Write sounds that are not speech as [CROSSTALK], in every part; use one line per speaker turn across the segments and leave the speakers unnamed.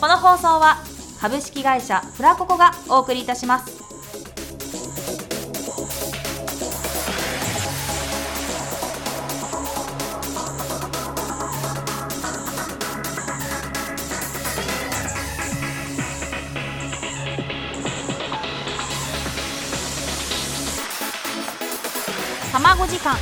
この放送は株式会社フラココがお送りいたします卵時間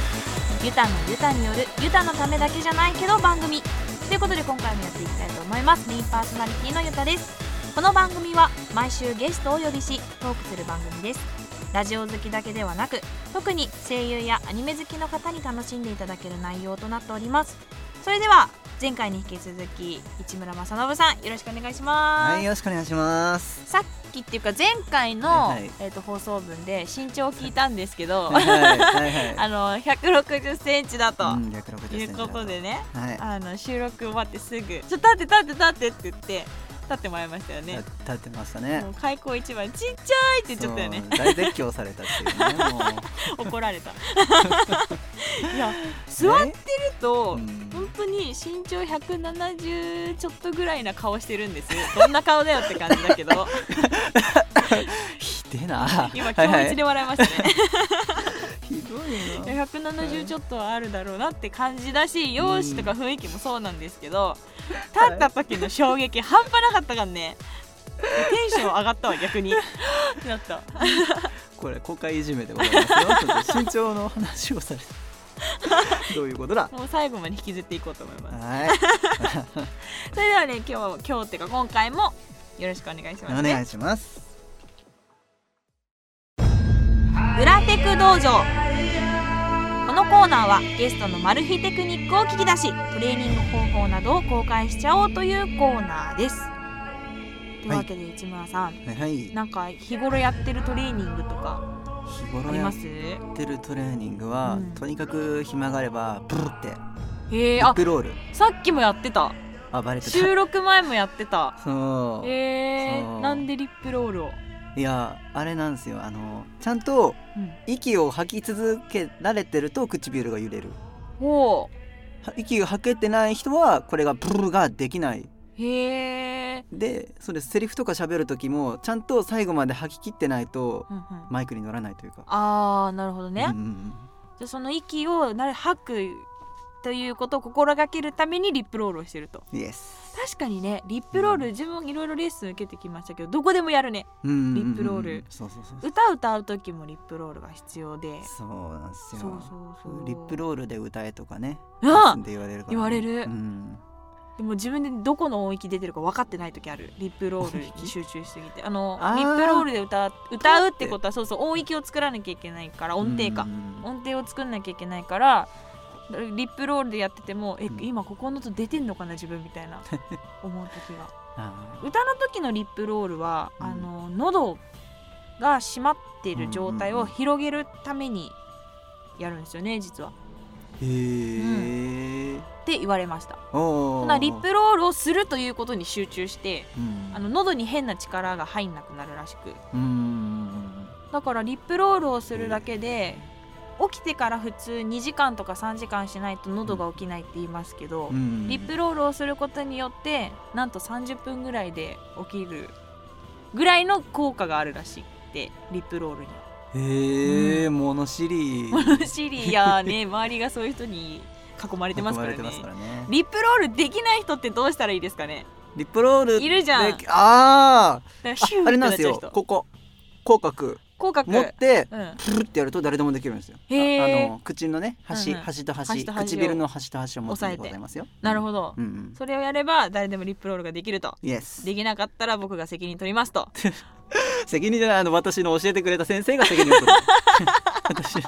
ユタのユタによるユタのためだけじゃないけど番組ということで今回もやっていきたいと思いますメインパーソナリティのゆたですこの番組は毎週ゲストをお呼びしトークする番組ですラジオ好きだけではなく特に声優やアニメ好きの方に楽しんでいただける内容となっておりますそれでは前回に引き続き市村正信さんよろしくお願いします、
はい、よろしくお願いし
[LAUGHS]
ます。
さっきっていうか前回の、
はいはい
えー、と放送分で身長を聞いたんですけど、
はいはいはい
あの160センチだと、
うん160
いうことでね、
センチだとはい
あの収録終わってすぐ「ちょっと立って立って立って」って言って立ってもらいましたよね。
立ってましたね
も。う開口一番ちっちゃいって言っちゃったよね
そう大絶叫されたっていうね。も
怒られ
[LAUGHS]
たいや [LAUGHS] 座ってると、
ううん
本当に身長170ちょっとぐらいな顔してるんですどんな顔だよって感じ
[LAUGHS]
だけど
ひでえな。
今
はいは
今日一
い
で笑いましたね
ひどいな。
170ちょっとはあるだろうなって感じだし容姿とか雰囲気もそうなんですけど立った時の衝撃半端なかったから [LAUGHS] ねテンション上がったわ [LAUGHS] 逆にってなった
これ公開いじめでございますよ。ちょっと身長の話を
[LAUGHS]
された。どういうことだ。
もう最後まで引きずっていこうと思います
はい。
それではね今日は今日っていうか今回もよろしくお願いします
お願
ね
いします。
裏テク道場このコーナーはゲストのマル秘テクニックを聞き出しトレーニング方法などを公開しちゃおうというコーナーですというわけで市村さん、
はいはい。日
なんか日頃やってるトレーニングとかあ
頃
り
や
ま
っ
す
てるトレーニングは
うん
とにかく暇があればブルって
へえ
エ
あ
ッグロール。
さっきもやってた
あバレて
収録前もやってた
た。そう。
へえ
そう
なんでリップロールを、
いやあれなんですよあのちゃんと
うん、
息を吐き続けられてると唇が揺れる
お
は息を吐けてない人はこれがブルルができない
ーへえ、
でそれセリフとか喋る時もちゃんと最後まで吐き切ってないと
うんうん、
マイクに乗らないというか
あーなるほどね、
うんうんうん
じゃあその息をなる吐くということを心がけるためにリップロールをしてると
イエス
確かにねリップロール自分いろいろレッスン受けてきましたけどどこでもやるね
うんうんうんうん
リップロール
そうそうそう
歌歌う時もリップロールが必要で
そうなんです
そう
よ
そうそう
リップロールで歌えとかね
あ
で言われるから、ね、
言われる
うん、
でも自分でどこの音域出てるか分かってない時あるリップロールに集中しすぎてあの
あー
リップロールで歌う歌うってことはそうそう音域を作らなきゃいけないから音程か
うんうん
音程を作んなきゃいけないからリップロールでやっててもえ
うん
今ここの音出てんのかな自分みた
[LAUGHS]
いな思う時が
あ
歌の時のリップロールは、
うん
あの喉が閉まっている状態
うん
を
うんうん
広げるためにやるんですよね実は
ーへえ、
って言われましたそ
おお
んなリップロールをするということに集中して
うん
あの喉に変な力が入んなくなるらしく
うーん
だからリップロールをするだけで起きてから普通2時間とか3時間しないと喉が起きないって言いますけど、
うん
リップロールをすることによってなんと30分ぐらいで起きるぐらいの効果があるらしいってリップロール
[LAUGHS]
には。
へえ、物知り
物知りやね周りがそういう人に囲まれてますからね
囲まれてますからね
リップロールできない人ってどうしたらいいですかね
リップロール
いるじゃん
であ
だか
ー
ら
あ
ヒューっ
あ
て
れ
な
な
っ
んです
ちゃう
よ
人
ここ口角
口角
持って
うん、
プルってやると誰でもできるんですよあ
へー
あの口のね端、
うんうん
端と
端
端
と端を
唇の端と端を持って
押さえ
で
て
ございますよ
なるほど、
うんうん
それをやれば誰でもリップロールができると
イエス
できなかったら僕が責任取ります
[LAUGHS]
と
責任じゃないあの私の教えてくれた先生が責任を
[LAUGHS]
取る私、うん、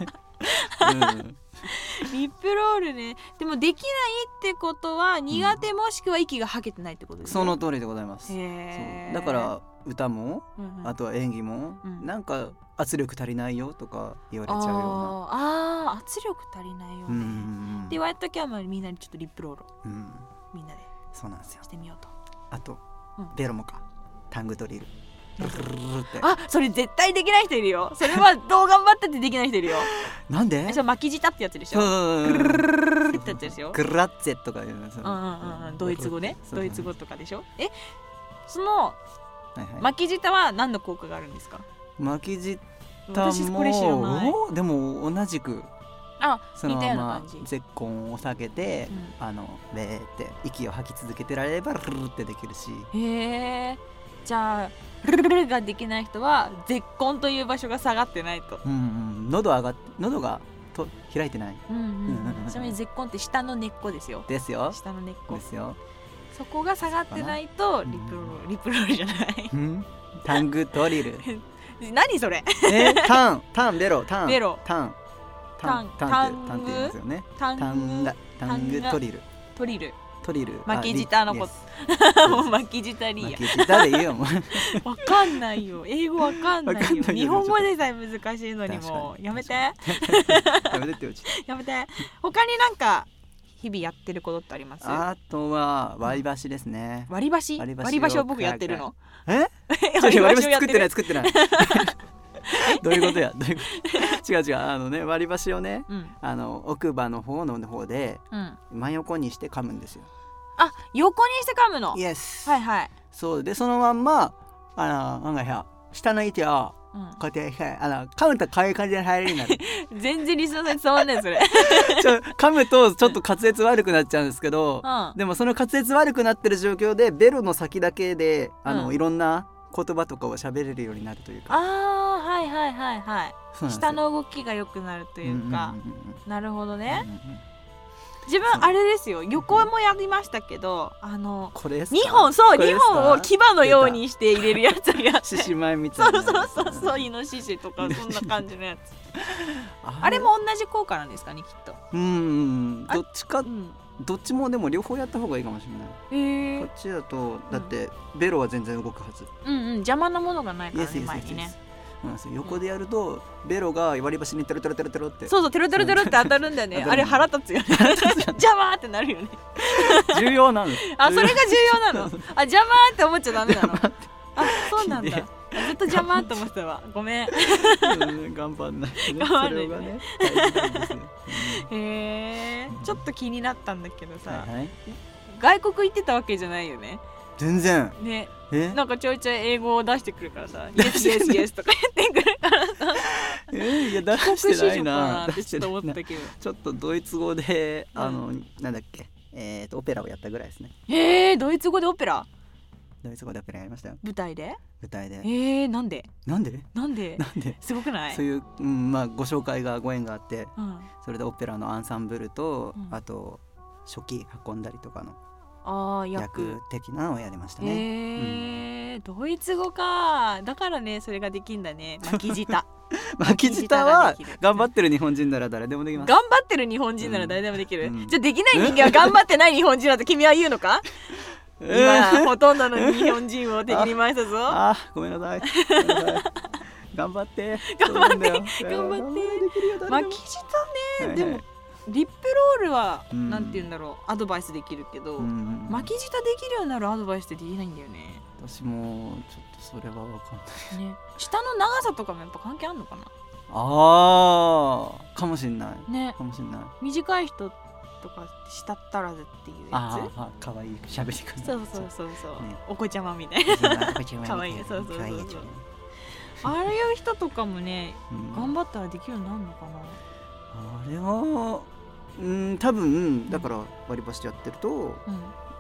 リップロールねでもできないってことは苦手もしくは息が吐けてないってことですね
その通りでございます、
へ
そ
ー
うだから歌も
うんうん
あとは演技も、
うん
なんか圧力足りないよとか言われちゃうような
あーあー圧力足りないよ、
う
ねって
んうんうん
言われた時はまあみんなにちょっとリップロールを
うん、
みんなで
そうなんですよ
してみようと
あと、
うん
ベロもかタングドリルルルルルルって
あそれ絶対できない人いるよそれはどう頑張ったってできない人い
[LAUGHS]
るよ
なんで
それ巻き舌ってやつでし
う
ょ
んうんうん
ルルルってやつですよ
グラッツェとかいうのそ
うんう
の
んうんうんドイツ語ね
そう
ドイツ語とかでしょえその
はいはい
巻き舌は何の効果があるんですか
巻き舌
私これ知らない
もでも同じく
あ
その
似たような
ま
感じ
ま絶根を避けて、あのべーって息を吐き続けてられればルルルってできるし
へえじゃあルルルができない人は絶根という場所が下がってないと
うんうん喉上がっ喉がと開いてない
うんうん
うん
うんちなみに絶根って下の根っこですよ
ですよ
下の根っこ
ですよ、
そこが下がってないと
うん
リプロールリプロールじゃない
うん、タングドリル
何それ
えタンタンベロタン
ベロ
タンタン
タン
タ
タン
ンってタン
グ
って言いますよね
タ
タン
ング
ガタング
タンガ
トリル
トリル
トリル
巻き舌のこと
と
もう巻き舌リー
巻
や
き舌でいいよも
[LAUGHS]
う
わかんないよ英語わかんない
わかん
よ
ないよ
日本語でさえ難しいのに
確
も
か
う
に
やめて
やめてって落ちた
やめて他になんか日々やってることってあります
あとは割り箸ですね
割り箸
割り箸を
割り箸を僕やってるの
え
[LAUGHS] 割り
割り
箸を
箸
やっ
作
て
ってな
る
い作ってない
[LAUGHS]
どういうことやどういうこと違う違うあのね割り箸をね
うん
あの奥歯の方の方で
うん
真横にして噛むんですよ
あ横にして噛むの
イエス、
はいはい
そうでそのまんまあのなんかや下の位置を
う
こうやってあの噛むとこういう感じで入れるようになる
ん [LAUGHS] 全然リスナーさんに伝わんない
[LAUGHS]
それ [LAUGHS]
ちょ噛むとちょっと滑舌悪くなっちゃうんですけど
うん
でもその滑舌悪くなってる状況でベロの先だけであの、
うん
いろんな言葉とかを喋れるようになるという
あ
か
あはいはいはいはい
そうなんですよ
下の動きが良くなるというか、
んんんうん
なるほど
うんうんう
ね
ん
自分あれですよ横もやりましたけどあの
これですか
2本そう
これ
2
ですか
本を牙のようにして入れるやつやって
[LAUGHS] 獅子舞みた
そ
いうな
そうそうそう
うん
イノシシとかそんな感じのやつ
あ
あれも同じ効果なんですかねきっと、
うんうん
あ
どっちか
うん、
どっちもでも両方やった方がいいかもしれない
へ
こっちだとだってベロは全然動くはず
うんうん邪魔なものがない
イ
か
エ
ら
スイ
ね
エス
前
イ
に
エ
ね
スそうなんですよ横でやるとベロが割り箸にテロテロテロテロって
そうそうテロテロテロって当たるんだよね
当
あ
たる
れ腹立つよね [LAUGHS] 邪魔ってなるよね
重要なの
[LAUGHS] あそれが重要なのあ邪魔って思っちゃダメなのあそうなんだ
ひで
ずっと邪魔って思ってたわごめん
うん頑張んないとね
頑張んないとね
それがね大事なんですよ
へえ
うん
ちょっと気になったんだけど
うん
さ、
はいはい
外国行ってたわけじゃないよね
全然
ね
え
なんかちょいちょい英語を出してくるからさ「イエスイエスイエス」とか言ってくるからさ
えーいや出
国
して
史
ない
上か
な
なっ
出
て
し
ちょ
て
っと
ない
思
な
ったけど
ちょっとドイツ語で
うん
あの、なんだっけえー、とオペラをやったぐらいですね
へえドイツ語でオペラ
ドイツ語でオペラやりましたよ
舞台で
舞台で
えー、なんで
なんで
なんで
なんで、
すごくない
そういう、うん、まあご紹介がご縁があって
うん、
それでオペラのアンサンブルと、
うん
あと書記運んだりとかの
ああ
役
役
的なのをやりました
へ
ね、
えードイツ語かだからねそれができんだね巻き
[LAUGHS]
舌
巻き舌は
巻き舌ができる
頑張ってる日本人なら誰でもでき
頑
ます
張ってる日本人なら誰でもできる、
うん
じゃあできない人間は頑張ってない日本人だと [LAUGHS] 君は言うのか
え
今
ー、
ほとんどの日本人を敵に回したぞ
[LAUGHS] あーごめんなさいごめんなさい頑張って
[LAUGHS] 頑張って頑
そうなんだよ
張って
いやー頑張れできるよ誰でも
巻き舌ね、
はい
でもリップロールは、
うん
なんて言うんだろうアドバイスできるけど、
うんうんうん
巻き舌できるようになるアドバイスってできないんだよね
私もちょっとそれはわかんない
ね舌の長さとかもやっぱ関係あるのかな
あーかもしんない
ね
かもしんない
短い人とか舌ったらずっていうや
あーあかわいい喋り方
つそうそうそうそう、
ね
お子ちゃまみたいなか
か
わいいそうそうそうそう
わいいやつね
ああいう人とかもね
うん
頑張ったらできるようになるのかな
あれはうん多分だから割り箸でやってると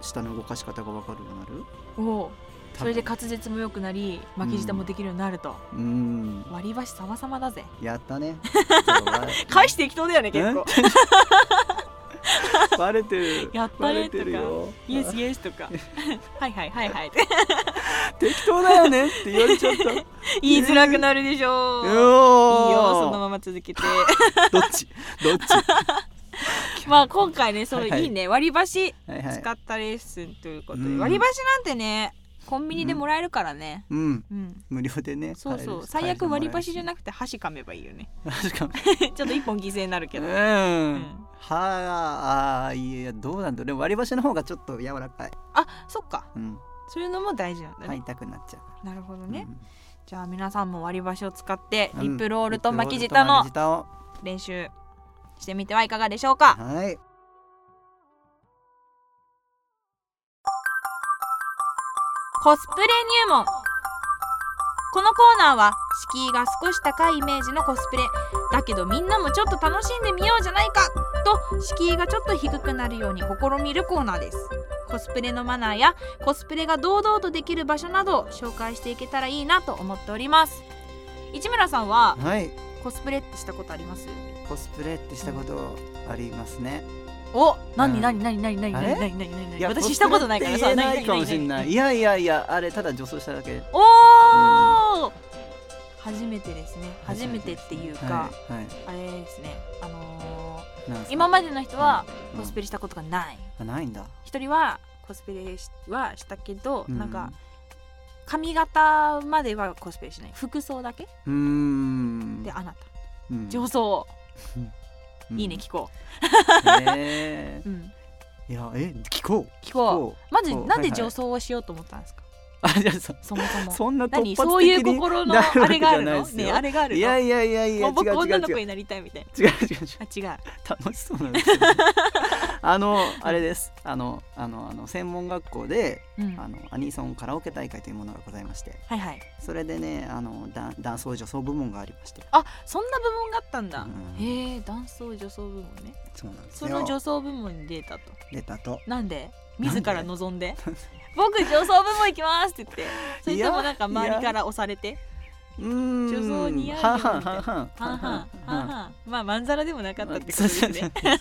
下の動かし方がわかるようになる
うんおう
多分
それで滑舌も良くなり巻き舌もできるようになると、
うん
割り箸様々だぜ
やった [LAUGHS] ね
返
し
し適当だよね結構
[LAUGHS] バレてる
やったね
バレてるよ
イエスイエスと
[LAUGHS]
かはいはいはいはい
適当だよねって言われちゃっ
[LAUGHS]
たいいよ
言いづらくなるでしょういいよそのまま続けて
どっち
[LAUGHS]
どっち
まあ今回ねそう、
はいいはい
い、ね割り箸
はいはい
使ったレッスンということで、
うん
割り箸なんてねコンビニでもらえるからね
うん
うん、
無料でね
そうそう最悪割り箸じゃ
な
なくて箸噛めばいいよ
[LAUGHS]
ね
確かに
ちょっと一本犠牲になるけ
う
ど、うんん
はあーいやどうなんだろうでも割り箸の方がちょっと柔らかい
あそっか
うん
そういうのも大事なんだね、
買いたくなっちゃうか
なるほど
ら
ね、
うん
じゃあ皆さんも割り箸を使って
うん
リップロールと巻き
リッ
舌
プロー
の
ルと巻き舌を
練習してみてはいかがでしょうか
はい
コスプレ入門このコーナーは敷居が少し高いイメージのコスプレだけどみんなもちょっと楽しんでみようじゃないかと敷居がちょっと低くなるように試みるコーナーですコスプレのマナーやコスプレが堂々とできる場所などを紹介していけたらいいなと思っております市村さんは
はい
コスプレってしたことあります
コスプレってしたことありますね
お
う
何
ん
何何何何
あ
何
れ
何何何
い
何
や
私したことないから
コ
さ
スプレって言えないかもしれないいやいやいやあれただ女装しただけ
おお、初めてですね初めてっていうか
は、いはい
あれですねあの
なん
ー
ですか
今までの人はコスプ
レ
レしたことがない
ないんだ
一人はコスプレしはしたけど、
う
なんか髪型まではコスプレしない服装だけ
うーん
であなた
うん
上層、
うん
いいね聞こ
へ
う、うん、 [LAUGHS]
ーいやえ聞こう
聞こうまず
こう
なんで
はいはい
上層をしようと思ったんですか、
あじゃあそ
そもそも
そんな突発
[LAUGHS]
的
何
に
そういう心の
[LAUGHS] なるわ
あ
け
れ
じ
があ
ゃ
る
ないで
の
すよ
ねあれがあるの
いやいやいやいや
も
違
う
う
僕
違う違
女の子
う
になりたいみたいな
違う違う違う
あ違う
楽しそうなんですけどあのあれですあのあのあの専門学校で
うん
あのアニソンカラオケ大会というものがございまして
はいはい
それでねあのダン男装女装部門がありまして
あそんな部門があったんだ、
うん
へえ男装女装部門ね
そうなんです
その
よ
女装部門に出たと
出たと
なんで
なんで
自ら望んで僕女装部門行きますって言ってそれともなんか周りから押されて
うーん
女装似合うよ
半々
みたいな
半々
半々
半
半
々
々まあまんざらでもなかったってこと
そう
で
そ
す
うそう
ね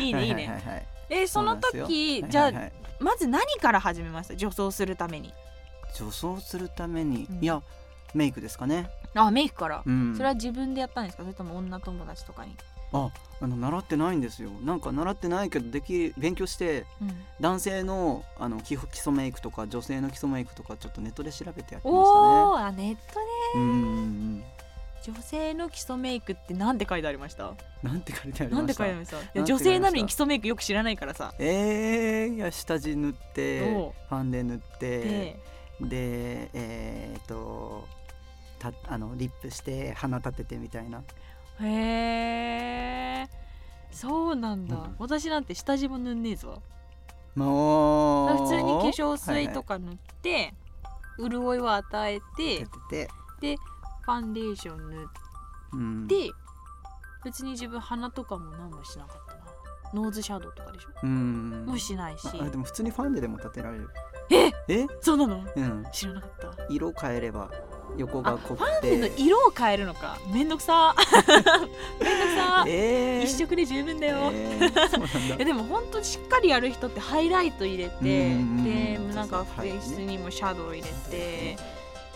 いいねいいね
ははははい
えその
うなんです
時
よ
じゃ
はいはい
あ
はい
まず何から始めました女装するために
女装するために、
うん
いやメイクですかね、
あメイクから
うん、
それは自分でやったんですかそれとも女友達とかに
ああの習ってないんですよなんか習ってないけどでき勉強して男性のあの基本基礎メイクとか女性の基礎メイクとかちょっとネットで調べてやってました
お
ね
おーあネット
うんうんうん
で女性の基礎メイクってなんて書いてありました
なんて書いてあり
なん
ま
で
し
か
た
やめさんいや
なんて
女
書いてあ
性
り
な
ました
のに基礎メイクよく知らないからさ
えー、いや下地塗って
おう
ファンデ塗って
で
でえー、っとたあのリップして鼻立ててみたいな
へえそうなんだ、
うん
私なんて下地も塗んねえぞ
もう
普通に化粧水とか塗って、潤いを与え
や
て
ってて、
ファンデーション塗っ
うん、
て、別に自分鼻とかも何もしなかったなノーズシャドウとかでしょ、
うん
もうしないし
ああでも普通にファンデでも立てられる
え
え
そうなの
うん
知らなかった
色変えれば横が濃くて
ファンデの色を変えるのかめんどく
[LAUGHS]
さめんどくさ
えー、
一色で十分だ
え
よ、
ーそうなん
いや
だ
でも本当にしっかりやる人ってハイライト入れて
うんうん
で
うん
なんかフ
そうそう
ェイスにもシャドウ入れて
そうね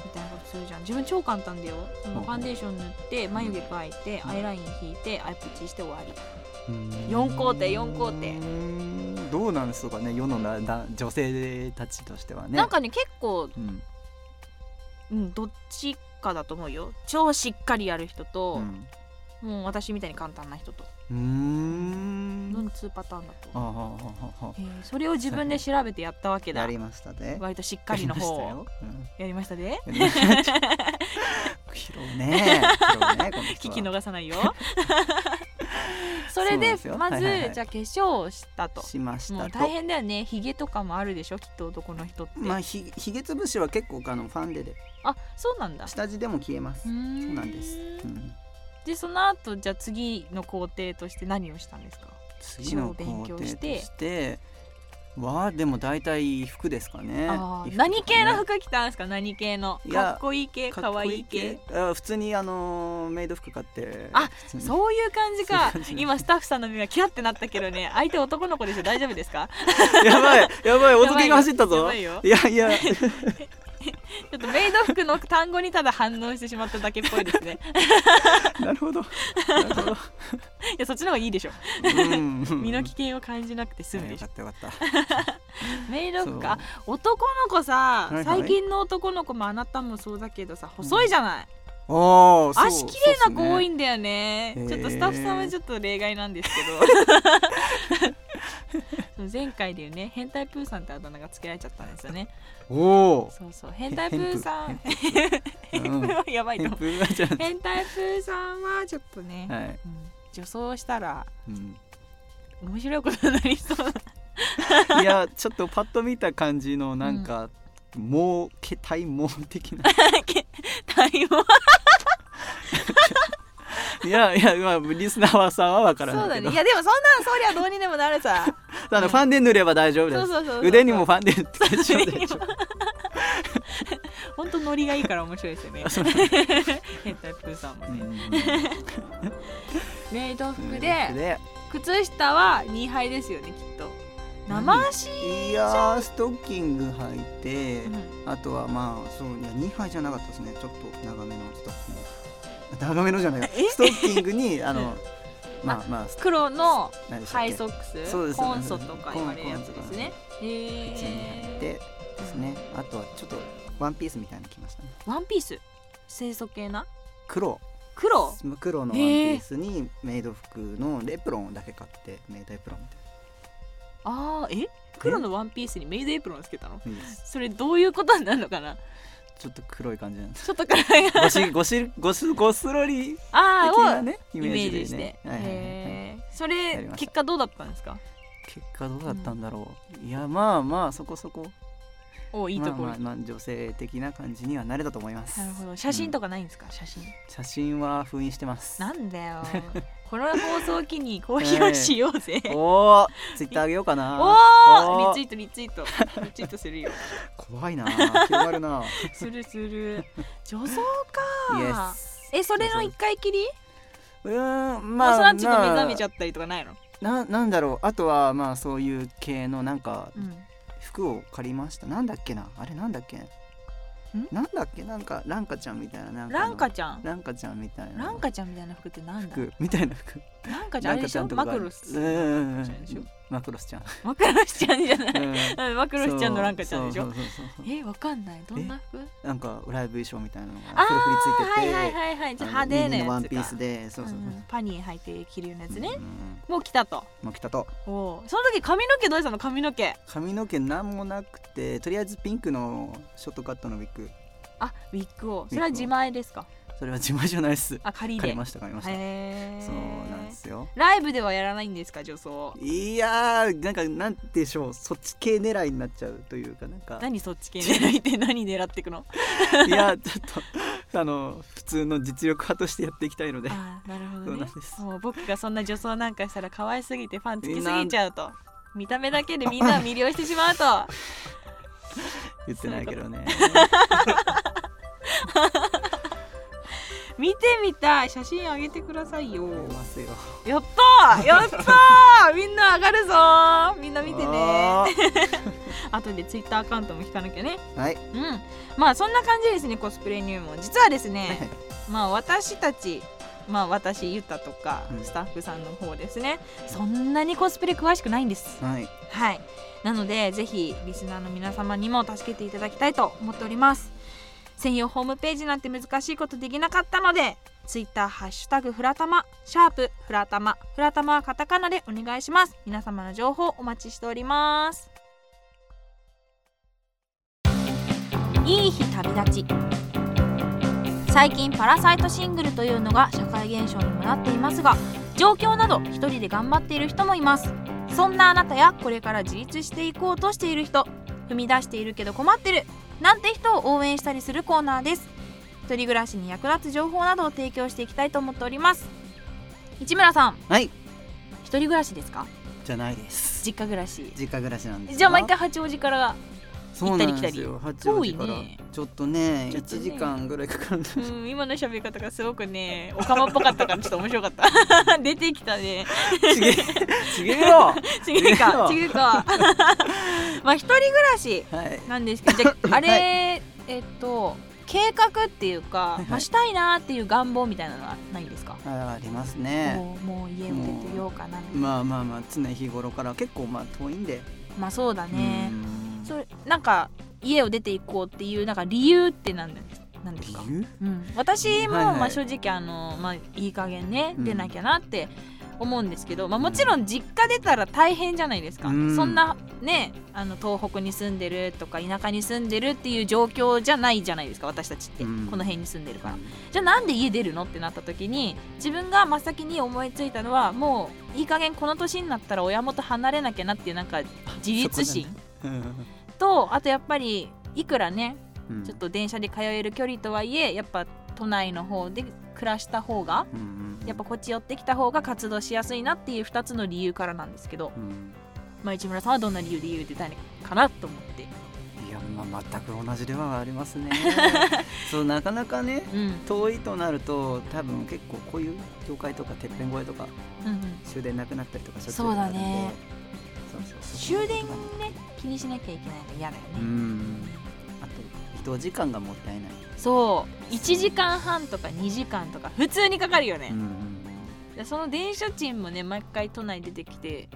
みたいなことするじゃん自分超簡単だよその
うん
ファンデーション塗って眉毛描いて
うん
アイライン引いてアイプチして終わり
うん
四工程四工程
うんどうなんですかね世のなだ女性たちとしてはね
なんかね結構
うん
うんどっちかだと思うよ超しっかりやる人
う
と
ん
もう私みたいに簡単な人と
うーん
の2パターンだ
あ
と
はははは
へえそれを自分で調べてやったわけ
や
だ
りましたね
割としっかりの方をやりましたで
やり
[LAUGHS]
ましたねうん拾うね拾うねこの人
聞
は
き逃さ
[LAUGHS]
ないよそれ
そうなん
で
ですよ
まず、
はいはいはい
じゃあ化粧をしたと
しまし
も
た
う
と
大変だよねひげとかもあるでしょきっと男の人って、
まあひひげつぶしは結構あのファンデで
あそうなんだ
下地でも消えます
うーん
そうなんです、うん、
でその後じゃあ次の工程として何をしたんですか
次の工程としてはでも大体服ですかね
あー
衣服とかね
何系の服着たんですか何系の
いや
かっこいい系か
かっ
わ
こ
いい系
あ普通にあのーメイド服買って
あ
普通に
そういう感じか
そういう感じ
今スタッフさんの目がキラってなったけどね相手男の子でしょ大丈夫ですか
[LAUGHS] やばいやばいおとけが走った
や
ぞ
ばいよ
いや
[LAUGHS]
いや
ちょっとメイド服の単語にただ反応してしまっただけっぽいですね
なるほどなるほど
いやそっちの方がいいでしょ
うん
身の危険を感じなくて済む
あ
で
よ
し
か
ょ
ったよか
[LAUGHS]
っ
メイ
た
ド服か男の子さ
はいはい
最近の男の子もあなたもそうだけどさ細いじゃない
お
足綺麗な子多い
ん
んだよね
そうっ
ち
す
ょ
ね
っとスタッフさんはちょっと例外なんですけど
[LAUGHS]
そう前回でいうね変態プーさんってあだ名が付けられちゃったんですよね
おお
そうそう変態プーさん
変
[LAUGHS]
プ
やばい
変
と
プーじゃん
変態プーさんはちょっとね、
はい、
うん女装したら
うん、
面白いことになりそう
[LAUGHS]
な
いやちょっとパッと見た感じのなんか、もう毛体毛的な
対応
いやいやまあリスナーはさんはわから
そう
な
だ
いけど
ねいやでもそんなんそりゃどうにでもなる
[LAUGHS]
さ
あのファンデ塗れば大丈夫
そう
で
そう
す
そうそう
腕にもファンデ塗って大丈夫
腕に
です
も [LAUGHS] 本当ノリがいいから面白いですよね [LAUGHS] 変態プーさんも
う
ね、
ん
メイド服
うん
で靴下は2杯ですよねきっと生足、
いやーストッキング履いて、
うん
あとはまあそういや2杯じゃなかったですねちょっと長めのストッキング長めのじゃない
え
ストッキン
[LAUGHS]
グにあのまあまあ
黒の
何でしたっ
ハイ
け
ソックス、
そうです
コンソとか言われるやつですねへ
靴に履い
え
てですねあとはちょっとワンピースみたいなの着ましたね
ワンピース清楚系な
黒
黒
黒のワンピースにメイド服のエプロンだけ買ってメイドエプロンみたい
あーえ黒のワンピースにメイドエプロンつけたの
ないいです
それどういうことになるのかな
ちょっと黒い感じなんです
ちょっとからい
ゴシゴシゴスゴスロリ的
ああ
な
を
ねイ
イ
メ
メ
ー
ー
ジで
ジ
ね
して、
はいはいはいはい
へーそ
やり
れ
ました
結果どうだったんですか
結果どうだったんだろう、いやまあまあそこそこ
おいいところ、
まあまあまあ女性的な感じにはなれたと思いま
[LAUGHS]
す
なるほど写真と
か、
かないんですか、写真
うん写真は封印してます
なんだ
[LAUGHS]
よこの放送を機に公表しようぜ、
おおツイッターあげようか
お
な
お
お
ー
ー
リツイートリツイートリツイートするよ
怖いな広が
[LAUGHS]
るな
するする女装
イエ
か
ス
えそれの一回きり
うーん
ま
ま
あ
あ
そらちょっと目覚めちゃ
っ
ったりとかないの、
たななんだろうあとはまあそういう系のなんか
うん、
服を借りました、なんだっけなあれなんだっけなんだっけなんかランカちゃんみたいななんかの
ランカちゃん
ランカちゃんみたいな
ランカちゃんみたいな服ってなんだ
服みたいな服
ランカちゃんあれでしょ
と
マクロス
うんうんうん
ちゃんでしょ
マクロス
[LAUGHS]
ちゃん
マクロスちゃんじゃない、
うん
うん、マクロスちゃんのランカちゃんでしょ
そうそうそうそうそう
えわかんないどんな服
なんかライブ衣装みたいなの
あ
が
ー
黒振りついてて、
はいはいはいはいじゃあ派手な
あのミニ
やつ
の
か
ワンピースでそうそうそう
う、んパニー履いて着るようなやつね、
うんうん
もう着たと
もう来たと
おうその時髪の毛どうしたの髪の毛
髪の毛なんもなくてとりあえずピンクのショートカットのウィッグ
あウィッグを
グを
それは自前ですか
それは自前じゃないっす
あ借り
買
で
いました買いました、
へー
そうなんですよ
ライブではやらないんですか女装
いやーなんかなんでしょうそっち系狙いになっちゃうというかなんか
何そっち系狙いって何狙っていくの
[LAUGHS] いやちょっとあの普通の実力派としてやっていきたいので
あーなるほ
そ
ど
うな
ね
んです
もう僕がそんな女装なんかしたら可愛すぎてファンつきすぎちゃうと見た目だけでみんなを魅了してしまうと
言ってないけどね
見てみたい写真あげてくださいよ
思いますよ
やったーやった
[LAUGHS]
ーみんな上がるぞーみんな見てねー
あー
後でツイッターアカウントも引かなきゃね
はい
うんまあそんな感じですねコスプレ入門実はですねまあ私たちまあ私ゆたとか
うん
スタッフさんの方ですね、そんなにコスプレ詳しくないんです
はい
はいなのでぜひリスナーの皆様にも助けていただきたいと思っております専用ホームページなんて難しいことできなかったのでツイッターハッシュタグフラタマシャープフラタマフラタマはカタカナでお願いします皆様の情報お待ちしておりますいい日旅立ち最近パラサイトシングルというのが社会現象にもなっていますが状況など一人で頑張っている人もいますそんなあなたやこれから自立していこうとしている人踏み出しているけど困ってるなんて人を応援したりするコーナーです一人暮らしに役立つ情報などを提供していきたいと思っております市村さん
はい
一人暮らしですか
じゃないです
実家暮らし
実家暮らしなんですよ
じゃあ毎回八王子 [LAUGHS] から
そうなんですよ八王子から
遠いね
ちょっとね
ちょっとね
1時間ぐらいかかるんだ
うん今の喋り方がすごくねおかまっぽかったからちょっと面白かった [LAUGHS] 出てきたね
ち
[LAUGHS]
げえちげえよ
違うか違うか [LAUGHS] まあ一人暮らし
はい
なんですけどじゃああれ、
[LAUGHS] はい
えっと計画っていうか、
いはい
まあ、したいなーっていう願望みたいなのはないんですか、
あありますね
もうもう家を出てようかな
まあまあまあ常日頃から結構まあ遠いんで
まあそうだね
う、ん
それなんか家を出ていこうっていうなんか理由って何ですなんですか
理由
うん、私も、
はいはい
まあ、正直あの、まあ、いい加減ね
うん
出なきゃなって思うんですけど、まあ、もちろん実家出たら大変じゃないですか、
うん
そんなねあの東北に住んでるとか田舎に住んでるっていう状況じゃないじゃないですか私たちって、
うん
この辺に住んでるからじゃあなんで家出るのってなった時に自分が真っ先に思いついたのはもういい加減この年になったら親元離れなきゃなっていうなんか自立心とあとやっぱりいくらね
うん
ちょっと電車で通える距離とはいえやっぱ都内の方で暮らした方が
うんうん
やっぱこっち寄ってきた方が活動しやすいなっていう2つの理由からなんですけど、
うん
まあ、市村さんはどんな理由で言うてたのかなと思って。
いやまあ全く同じではありま
[LAUGHS]
すねそうなかなかね
うん
遠いとなると多分結構こういう教会とかてっぺん越えとか
うんうん、
終電なくなったりとかしょっちゅ
そうだね
あるんでそうそうそう
終電ね気にしなきゃいけないの嫌だよね、
うんあと移動時間がもったいない、
そう1時間半とか2時間とか普通にかかるよね、
ん、
でその電車賃もね毎回都内出てきて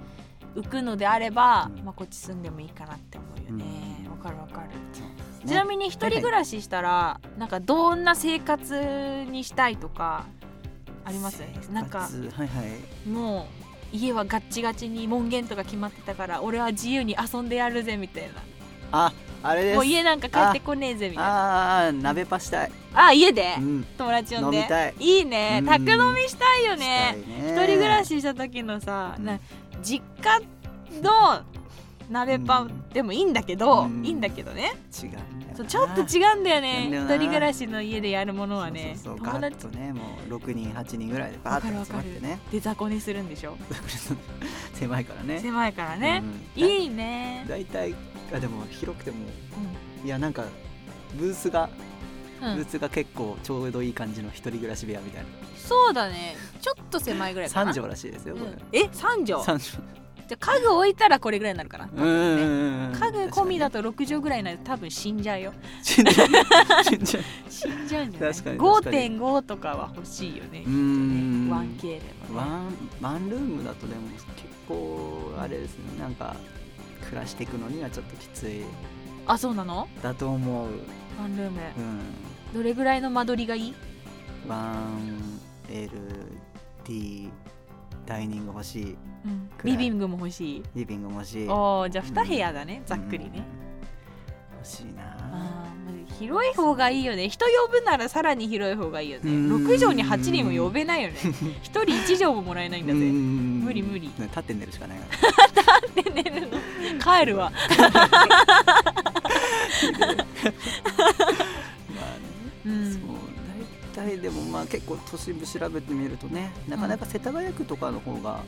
浮くのであれば、
うん
まあ、こっち住んでもいいかなって思うよね
うん
わ、かるわかる、
そうですね
ちなみに一人暮らししたら、なんかどんな生活にしたいとかあります
生活
なんか
はいはい
もう家はガッチガチに門限とか決まってたから俺は自由に遊んでやるぜみたい
ああれで
な
す
もう家なんか帰ってこねえぜみたいな
ああ鍋パしたい、
ああ家で
うん、
友達呼ん
飲
で
みたい
いいね
うん
宅飲みしたいよ
したい
ね
ね
一人暮らしした時のさな実家の鍋パンでもいいんだけど、
うん
いいんだけどね
違うんだよな
そうちょっと違うんだよね
なんだよ
一
な
人暮らしの家でやるものはね
そうそうそ
友
うガッ
達
とねもう6人8人ぐらいでバーッと集まってね [LAUGHS]
で雑魚にするんでしょ
狭いからね
狭いからね、、
うん
いいね
だいたいあでも広くても
う
いやなんかブース
ん、
が、
う
ブ
ん
ー、スが結構ちょうどいい感じの一人暮らし部屋みたい
そうだねちょっと狭いぐら
ない
か
三
な
畳らしいですよ、
う
こ
んえ三畳じ
れ
ゃ
三畳
あ家具置いたらこれぐらいになるかな
うんうんうん
家具込みだと6畳ぐらいなら多分死んじゃうよ
死んじゃう死んじゃう
死んじゃうんじゃない
確かに確かに
5.5とかは欲しいよね
うーん
1K でも
ワ
ね
ンワンルームだとでも結構あれですねなんか暮らしていくのにはちょっときつい
あそうなの
だと思う
ワンルーム
うん
どれぐらいの間取りがいい
1LD ダイニング欲しい
うん
くら
リ
い
ビングも欲しい
リビングも欲しい
おーじゃあ2部屋だねざっくり
うん
ね
欲しいな
あー広い方がいいよね人呼ぶならさらに広い方がいいよね
うん
6畳に8人も呼べ [LAUGHS] ないよね1人1畳ももらえないんだぜ無
無
理無理
立って寝るしかない
[LAUGHS]
な
で寝るの [LAUGHS] 帰るわ
まあね
うん
そう大体でもまあ結構都心部調べてみるとねなかなか世田谷区とかの方が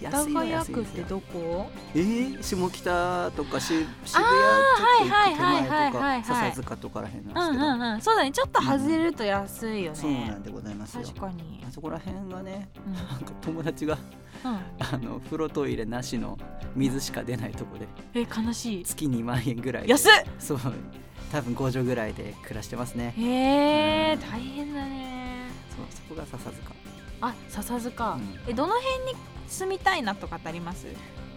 世
安
田
いは
谷
安いん
区っ
です
て
よ
どこ
えー、下北とかし渋
あー
谷ちょっと行く手
はいはい
前
は
と
いはいはい
か笹塚とからへんなん
う
です
ん
けど、
うんうんそうだねちょっと外れると安いよ
そうな
ね
んでございますよ
確かに
あそこら辺がね
うん
なんか友達が
うん
あの風呂トイレなしの水しか出ないと
[LAUGHS]
こで
え悲しい
月2万円ぐらいで
安っ
そう多分5畳ぐらいで暮らしてますね
へえ
うん
大変だね
そうそこが笹塚
あ笹塚、
うん
えどの辺に住みたいなとかってあります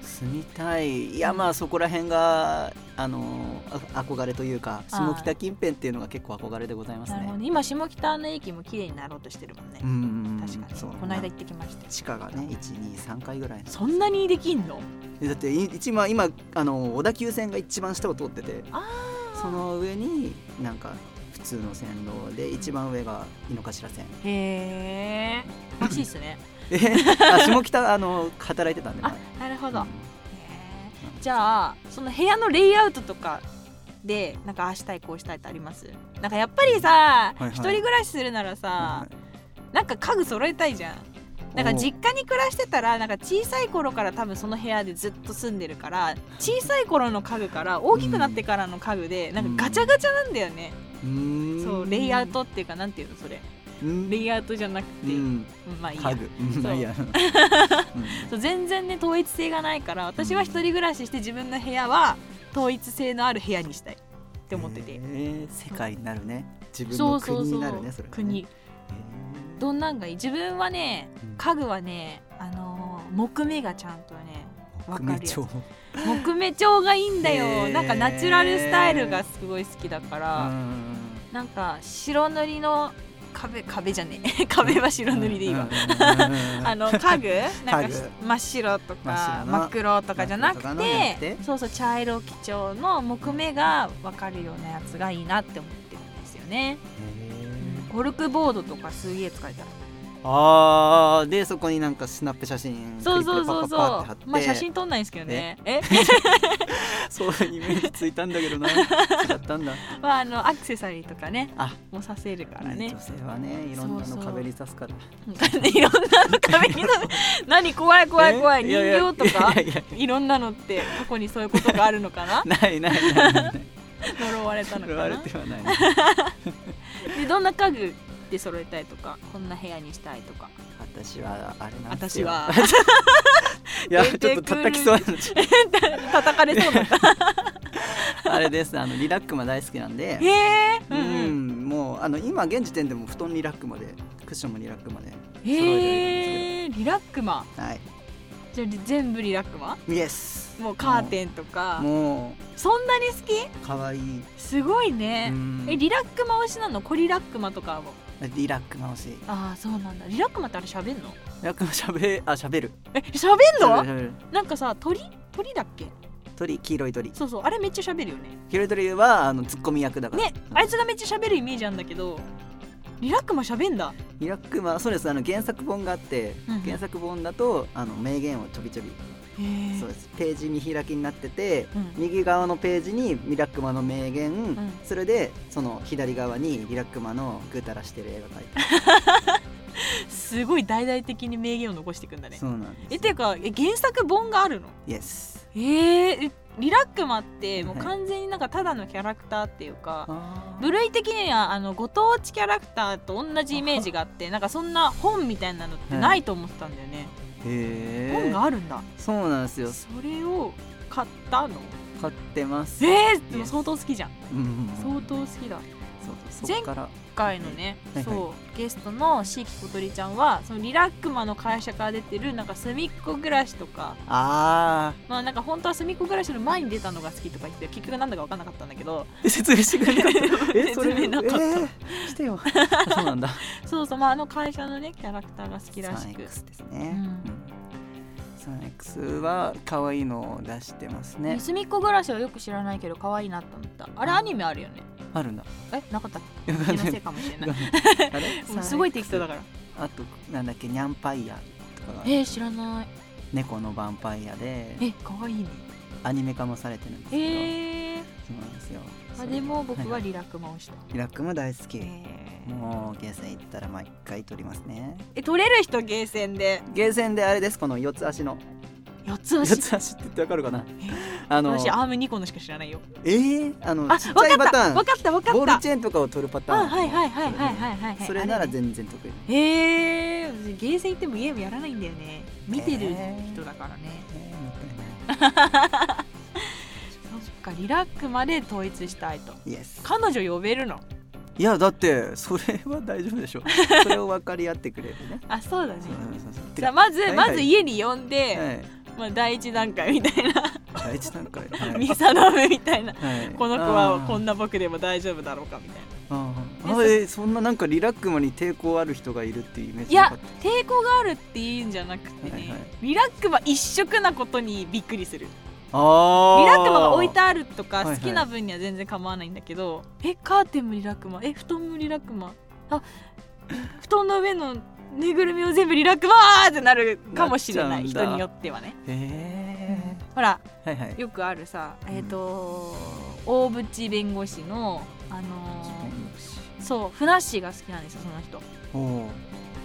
住みたいいやまあそこら辺があのあ憧れというか
あ
下北近辺っていうのが結構憧れでございます
なるほ
ね
ど今下北の駅も綺麗になろうとしてるもんね、
うん
確かに
そう
この間行ってきましたよ
地下がね123階ぐらいの
そんなにできんの
えだってい一番今あの小田急線が一番下を通ってて
あ
その上になんか普通の線路で一番上が井の頭線
へえ欲しいっすね
え [LAUGHS] あ下北あの働いてたんで
あ
前
なるほど、
うん
へーじゃあその部屋のレイアウトとかでなんかああしたいこうしたいってありますなんかやっぱりさ、
いはい
一人暮らしするならさ、
は
なんか家具揃えたいじゃん
い
なんか
おう
実家に暮らしてたらなんか小さい頃から多分その部屋でずっと住んでるから小さい頃の家具から大きくなってからの家具でなんかガチャガチャなんだよね、
うーん
そうレイアウトっていうかなんていうのそれ
うん
レイアウトじゃなく
う
て、うん
ん
まあいいや
家具うん
そう
まあいい
[LAUGHS]
やうん
そう全然ね統一性がないから私は一人暮らしして自分の部屋は統一性のある部屋にしたいって思ってて、
へー世界になるね自分
そ
の
うそう
国
そう
になるねそれがね
国
へー
どんなんがいい自分はね
うん
家具はねあのー木目がちゃんと
[LAUGHS]
ねわかるや
国
つ
庁
木目調がいいんだよ
へー
なんかナチュラルスタイルがすごい好きだか
う
ら、
ん
なんか白塗りの壁壁じゃねえ [LAUGHS] 壁は白塗りでいいわ、 [LAUGHS] あの家具なんか
家具
真っ白と
真っ
か
白な
真っ黒とかじゃなく
真っ黒とかのやってて
そうそう茶色基調の木目が分かるようなやつがいいなって思ってるんですよね、コルクボードとかすげえ使えたら
あーでそこになんかスナップ写真
そうそうそう
クリップでパッパッパッ
そ
って貼って
うまあ写真撮んないんですけどねえ
そういうイメージついたんだけどな違ったんだ
まああのアクセサリーとかね
あ
もさせるからね
女性はねいろんな
そう
の
そう
壁に刺すから
いろんなの壁に何怖い怖い怖い
え
人形とか
いやいやいやい
いろんなのって過去にそういうことがあるのかな
やないないない
[LAUGHS]
ない
呪われたの
言
か
われ
な
て
[LAUGHS]
はない
でどんな家具で揃えたいとかこんな部屋にしたいとか
私はあれなんです
私
よ
はい [LAUGHS]
や
出
ちょ
て
っ
く
と
る
叩きそうなんです
叩かれそうだった
あれですあのリラックマ大好きなんで
へえ
う
[LAUGHS] うんうん
んもうあの今現時点でも布団リラックマでクッションもリラックマで
へえリラックマ
はい
じゃあ全部リラックマ
イエス
もうカーテンとか
も
そんなに好き
う可愛い
すごいうね、
ん
えリラックマ推しなのコリラックマとかも
リラックマ欲しいリ
ああそうなんだリラックマってあれ喋んの
ラックマしゃべあしゃべる
え喋ん
喋る
の
喋る
なんかさ鳥鳥だっけ
鳥黄色い鳥
そうそうあれめっちゃ喋るよね
黄色い鳥はあのツッコミ役だから
ねあいつがめっちゃ喋るイメージあんだけどリラックマ喋んだ
リラックマそうですあの原作本があって、
うんうん
原作本だとあの名言をちょびちょび
へえ
そうですページ見開きになってて
うん
右側のページにリラックマの名言、
ん
それでその左側にリラックマのぐうたらしてる絵が描いてあ
すごい大々的に名言を残していくんだ
る
ね
そうなんです
えていうかえ原作本があるの
イエス
えー、えリラックマってもう
はい
完全になんかただのキャラクターっていうか、
あ
部類的にはあのご当地キャラクターと同じイメージがあってなんかそんな本みたいなのってないと思ってたんだよね、
へえ
本があるんだ
そうなんですよ
それを買ったの
買ってます、
えー、でも相当好きじゃん
うんうんう
相
ん
当好きだ
そうそっから
今回のね、
はいはい
そうゲストの椎木小鳥ちゃんはそのリラックマの会社から出てるなんか隅っこ暮らしとか
あ
まあなんか本当は隅っこ暮らしの前に出たのが好きとか言って結局なんだか分かんなかったんだけど
あ説明してくれなか
[LAUGHS]
ったえそれ
説明なかった
えーして
[LAUGHS]
よあそうなんだ
そうそうまああの会社のねキャラクターが好きらしく
3X ですね、
う
うんん 3X は可愛いのを出してますね
すみっこ暮らしはよく知らないけど可愛いなと思ったあれアニメあるよね
あるんだ
えなかったっけ
わか
[LAUGHS] 気
ん
の
ない
せいかもしれない
[LAUGHS] あれ
もうすごい適当だから
あとなんだっけニャンパイアとかが
えー、知らない
猫のヴァンパイアで
え可愛いね
アニメ化もされてるんですけど、
えー、
そうなんですよ
あでも僕はい
い
リラックマをした、
リラックも大好き、
えー
もうゲーセン行ったら毎回撮りますね
え取れる人ゲーセンで
ゲーセンであれですこの四つ足の
四つ
四
星
つ足って言ってわかるかなあの
私アーム2個のしか知らないよ
えー、あの
あわ
ちっち
かっ
ゃいパタ
た
ー
わ
ン
かったわか
ボ
っ
ール
た
チェーンとかを取るパター
あ
ン
はいはいはいはいはいはいはい
それなら
全
全然
[LAUGHS]
得意
へえー、ゲーセン行ってもゲームやらないんだよね見てる人だからね、
えーもったいない
そっかリラックまで統一したいと
イエス
彼女呼べるの
いやだってそれは大丈夫で [LAUGHS] しょそれを分かり合ってくれるね
あそうだね
そうそうそう
じゃあまず、
はい
まず家に呼んで、
はい
まあ、第一段階みたいな
第一段階
[LAUGHS]
は
見定めみたい
[LAUGHS]
な
はい
この子はこん
な
な僕でも大丈夫だろうかみたいな
あー
で
あ
そ
ーえーそんななんかリラックマに抵抗ある人がいるっていうイメー
い
ジなか
や
った
抵抗があるっていうんじゃなくてね、
はいはい
リラックマ一色なことにびっくりする
あ
リ
ー
ラックマが置いてあると
は
か
いは
好
い
きな分には全然構わないんだけど、えカーテンもリラックマえ布団もリラックマあ布団の上のぬいぐるみを全部リラックマーってなるかもしれない
なっち
人
ゃうんだ
によってはね
へ
ほら
えはいはい
よくあるさ
うん
えっ、と大渕弁護士のあのーそうふなっしーが好きなんですよその人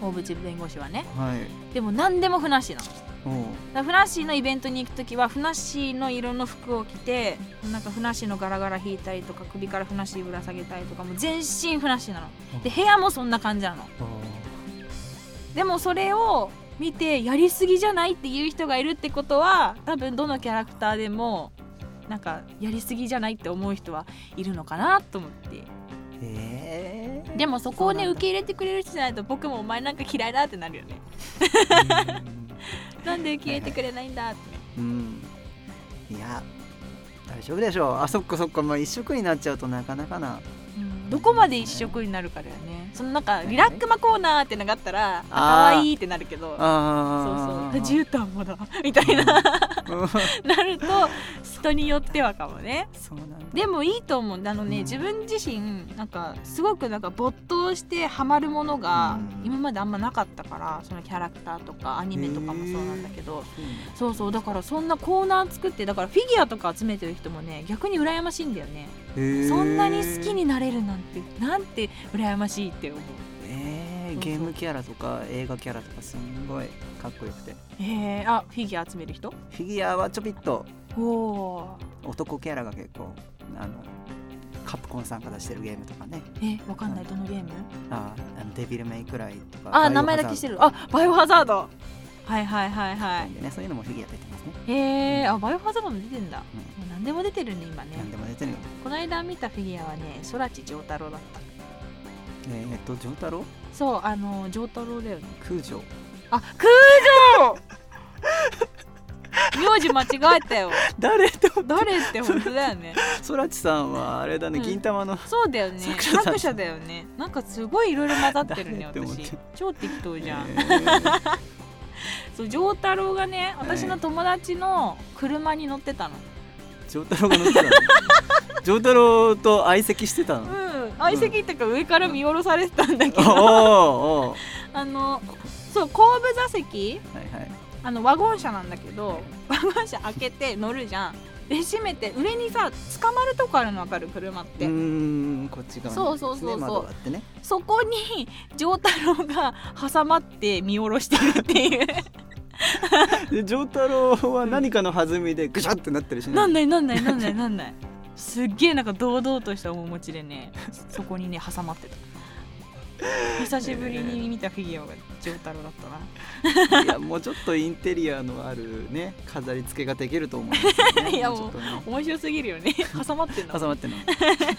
おお
大渕弁護士はね
はい
でも何でもふなっしーなの
おお
だからフナッシーのイベントに行く時はフナッシーの色の服を着てなんかフナッシーのガラガラ引いたりとか首からフナッシーぶら下げたりとかもう全身フナッシーなので部屋もそんな感じなのでもそれを見てやりすぎじゃないっていう人がいるってことは多分どのキャラクターでもなんかやりすぎじゃないって思う人はいるのかなと思って
へえ
でもそこをね
そうなんだ
受け入れてくれる人じゃないと僕もお前なんか嫌いだってなるよねなんで受け入れてくれないんだってね
うんいや大丈夫でしょうあそっかそっかまあ一色になっちゃうとなかなかな
うんどこまで一色になるかだよねそのなんかリラックマコーナーってのがあったら
ー
可愛いってなるけどそうそう
あ
自
ー
由端もだ [LAUGHS] みたいな
うん
なると人によってはかもね
そうなんだ
でもいいと思うあのね、
うん
自分自身なんかすごくなんか没頭してハマるものが
うん
今まであんまなかったからそのキャラクターとかアニメとかもそうなんだけどそうそうだからそんなコーナー作ってだからフィギュアとか集めてる人もね逆に羨ましいんだよねそんなに好き
に
になれるなんてなんて羨ましいって思う
え
そう
ー、ゲームキャラとか映画キャラとかすんごいかっこよくて
えー、あフィギュア集める人
フィギュアはちょびっと
おお
男キャラが結構あのカプコンさんが出してるゲームとかね
ーえわかんないどのゲーム
あーあのデビルメイクライとか
あ名前だけして
る
るあバイオハザードはいはいはいはい
ね、そういうのもフィギュア出てますね、
へえあバイオハザードも出てんだも
うん
う何でも出てるね今ね
何でも出てるよ
この間見たフィギュアはね空知丈太郎だった
えー、っと丈太郎
そうあの丈太郎だよね
空城
あ [LAUGHS] 空城名字間違えたよ
誰と
誰って本当だよね
空知さんはあれだね、
うん
銀玉の
そうだよね
作者さん
作者だよねなんかすごいいろいろ混ざってる
[LAUGHS]
ね
誰って思っ
私
て
超適当じゃん、
[LAUGHS] えー
そう丈太郎がね私の友達の車に乗ってたの、
丈太郎が乗ってたの丈太郎と相席してたの
うん相席っていうか上から見下ろされてたんだけ
おー
ど、
おー
あのそう後部座席
はいはい
あのワゴン車なんだけどワゴン車開けて乗るじゃんで閉めて上にさ捕まるとこあるの分かる車っ
う
て、
ーんこっち側
そうそうそうそう
ね窓があってね
そこに丈太郎が挟まって見下ろしてるっていう
で丈太郎は何かの弾みでぐしゃってなってるしね
なんないなんないなんないなんないすっげえなんか堂々とした面持ちでねそこにね挟まってた久しぶりに見たフィギュアが丈太郎だったない
やもうちょっとインテリアのあるね飾り付けができると思うんですよ、ね、
[LAUGHS] いや
ちょっとね
面白すぎるよ
[LAUGHS]
ね挟まってんの
挟まってんの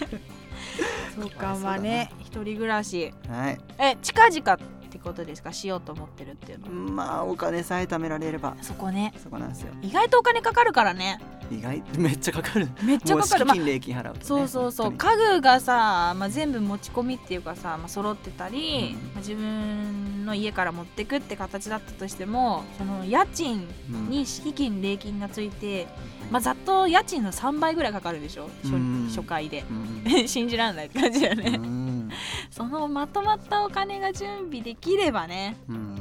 そうか
かわいそうだな
まあね一人暮らし
はい
え近々ってことですかしようと思ってるっていうのは
まあお金さえ貯められれば
そこね
そこなんですよ
意外とお金かかるからね
意外とめっちゃかかる
めっちゃかかるまあ
もう敷金礼金払うと、ね、
そうそうそう
本当に
家具がさ、まあ、全部持ち込みっていうかさ、まあ、揃ってたり、
うん
まあ自分の家から持ってくって形だったとしてもその家賃
うん
に敷金礼金がついて、まあ、ざっと家賃の3倍ぐらいかかるでしょ初,、
うん
初回で [LAUGHS]
うん
信じられないって感じだよね、
うん
[LAUGHS] そのまとまったお金が準備できればね
うん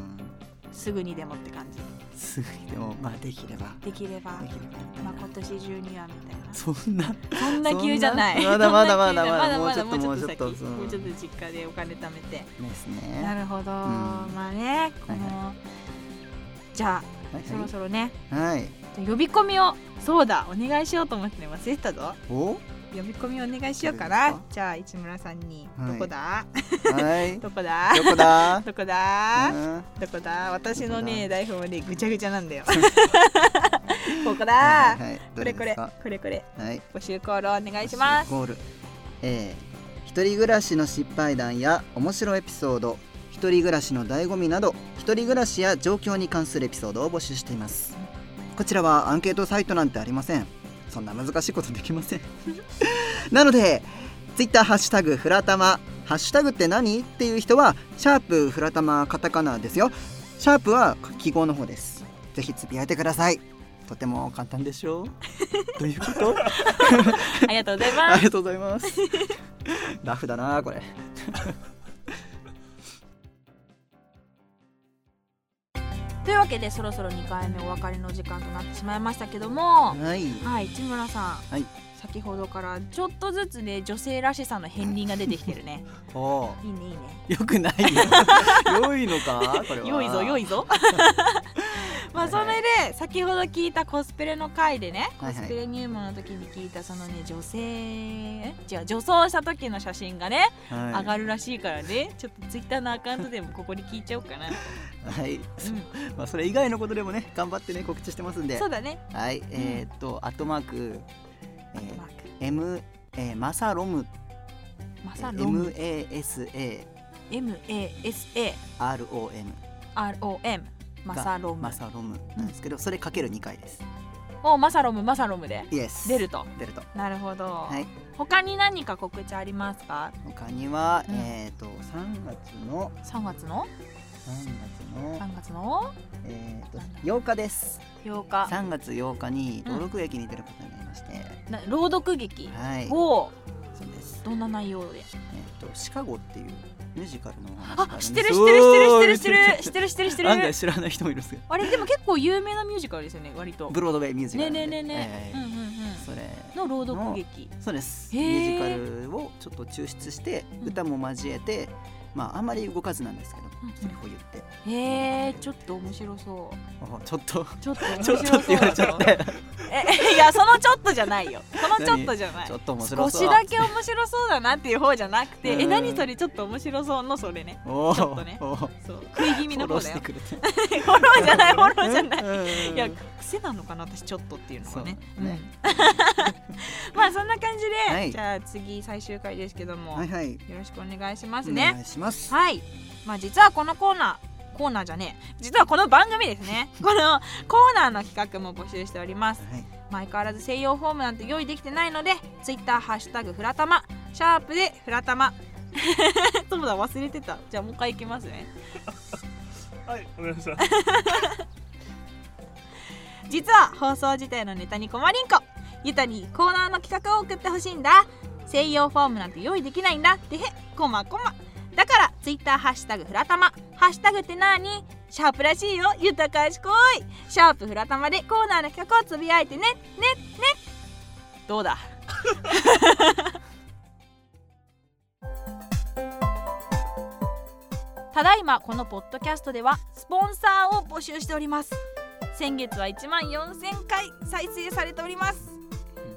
すぐにでもって感じ
すごいでもまあできれば
できれば
できれば
まあ、今年中にはみたいな
そんな
そんな急じゃない
そんなま
[LAUGHS]
だ
そんな
まだ
急じゃない
まだまだ
も
も
う
う
ち
ち
ょ
ょ
っ
っ
と
と
先
うん
もうちょっと実家でお金貯めて
です
な
ね
るほど
ん
まあねこのじゃあ
はい
そろそろね
はい
じゃあ呼び込みをそうだお願いしようと思ってね忘れてたぞ
お
呼び込みお願いしようか
いい
な
ですか
じゃあ市村さんに
はい
どこだ
はい
どこだ
どこだ
どこだ
うん
どこだ私のね
どこだ
台本はねぐちゃぐちゃなん
[LAUGHS]
だよここだ
はいはい
こ
ど
れ
れ
こ
で
れ
すか
これこれ
はい
募集コールお願いし
[LAUGHS]
ます
ゴールえー一人暮らしの失敗談や面白エピソード一人暮らしの醍醐味など一人暮らしや状況に関するエピソードを募集していますこちらはアンケートサイトなんてありませんそんな難しいことできません [LAUGHS] なのでツイッターハッシュタグフラタマハッシュタグって何っていう人はシャープフラタマカタカナですよシャープは記号の方ですぜひつぶやいてくださいとても簡単でし
[LAUGHS]
ょうどういうこと
ありがとうござい
あ
ま
り
す
がとうございます。 [LAUGHS] ラフだなこれ。
というわけでそろそろ2回目お別れの時間となってしまいましたけども
はい。
はい市村さん、
はい
先ほどからちょっとずつね女性らしさの片鱗が出てきてる
[LAUGHS]
ね
お
いいねいいね
良くない
[LAUGHS]
よ。良いのかこれは。
良いぞ良いぞ [LAUGHS] まあそれで先ほど聞いたコスプレの回でねコ
はいはい
スプレ入門の時に聞いたそのね女性え違う女装した時の写真がね
はい。
上がるらしいからねちょっとツイッターのアカウントでもここに聞いちゃおうかな、う
はい。
ん、
まあそれ以外のことでもね頑張ってね告知してますんで
そ。うだね
はい。えーっとアットマークえ
マーク
ー M えーマサロム
マサロム
M A S A
MASAROM
R O M
マサロム
マサロムなんですけどそれかける2回です。
おマサロムマサロムで
Yes。
出ると
出ると。
なるほど、
はい。
他に何か告知ありますか
他には、
うん
えっ、と3月の
3月の
3月の
3月の
えっ、と8日です。
8日
3月8日に登録劇に出ることになりまして、
な朗読劇
はい、
を
そうです。
どんな内容で
えっ、とシカゴっていうミュージカルのお話がるん
あ
です
してるしてるしてるしてる
おー
してるしてるしてるして
案外
る
知らない人もいるんですけど、
あれでも結構有名なミュージカルですよね割と
ブロードウェイミュージカ
ね
ル
え
なん
ね
で
えねえねえうんうんうん
それ
の朗読劇
そうです
へー
ミュージカルをちょっと抽出して
うん
歌も交えて、まああんまり動かずなんですけど、
うんうん
セリフを言って
へえちょっと面白そう
おちょっと
ちょっと面
ちょ
白そ
っ
う
とって言われちゃって
えいやそのちょっとじゃないよそのちょっとじゃない
ちょっと面
少
白
し
そう
だけ面白そうだなっていう方じゃなくて、
うん
え何それちょっと面白そうのそれね
おー
ちょっとね
おー [LAUGHS]
そう食い気味の
フォロ
方
ー
だよ
してくれて
フォローじゃないフォローじゃない
い
いや癖なのかな私ちょっとっていうのがね
そうね
うん [LAUGHS] まあそんな感じで、
はい
じゃあ次最終回ですけども、
はいはい
よろしくお願いします
お
ね
願いします
はい。まあ実はこのコーナー、コーナーじゃねえ。実はこの番組ですね。このコーナーの企画も募集しております。
はい
まあ相変わらず専用フォームなんて用意できてないので、ツイッターハッシュタグフラタマ、シャープでフラタマ。 [LAUGHS] そうだ忘れてた。じゃあもう一回いきますね。
はい、わかりました。
実は放送自体のネタに困りんこゆたにコーナーの企画を送ってほしいんだ専用フォームなんて用意できないんだってへこまこまだからツイッターハッシュタグフラタマハッシュタグってなーにシャープらしいよゆたかしこいシャープフラタマでコーナーの企画をつぶやいてねねねどう
[LAUGHS]
だただいまこのポッドキャストではスポンサーを募集しております先月は1万4000回再生されております、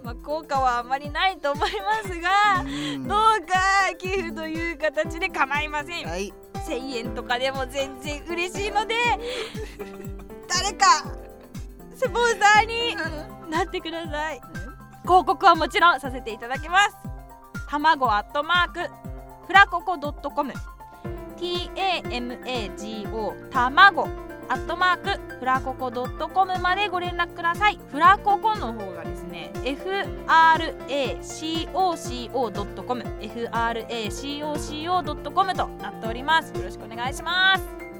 まあ、効果はあまりないと思いますが
うん
どうか寄付という形で構いません
はい
1000円とかでも全然嬉しいので誰かスポンサーになってください広告はもちろんさせていただきます卵アットマークフラココドットコム TAMAGO 卵アットマークフラココドットコムまでご連絡くださいフラココの方がですね FRACOCO.com FRACOCO.com となっておりますよろしくお願いします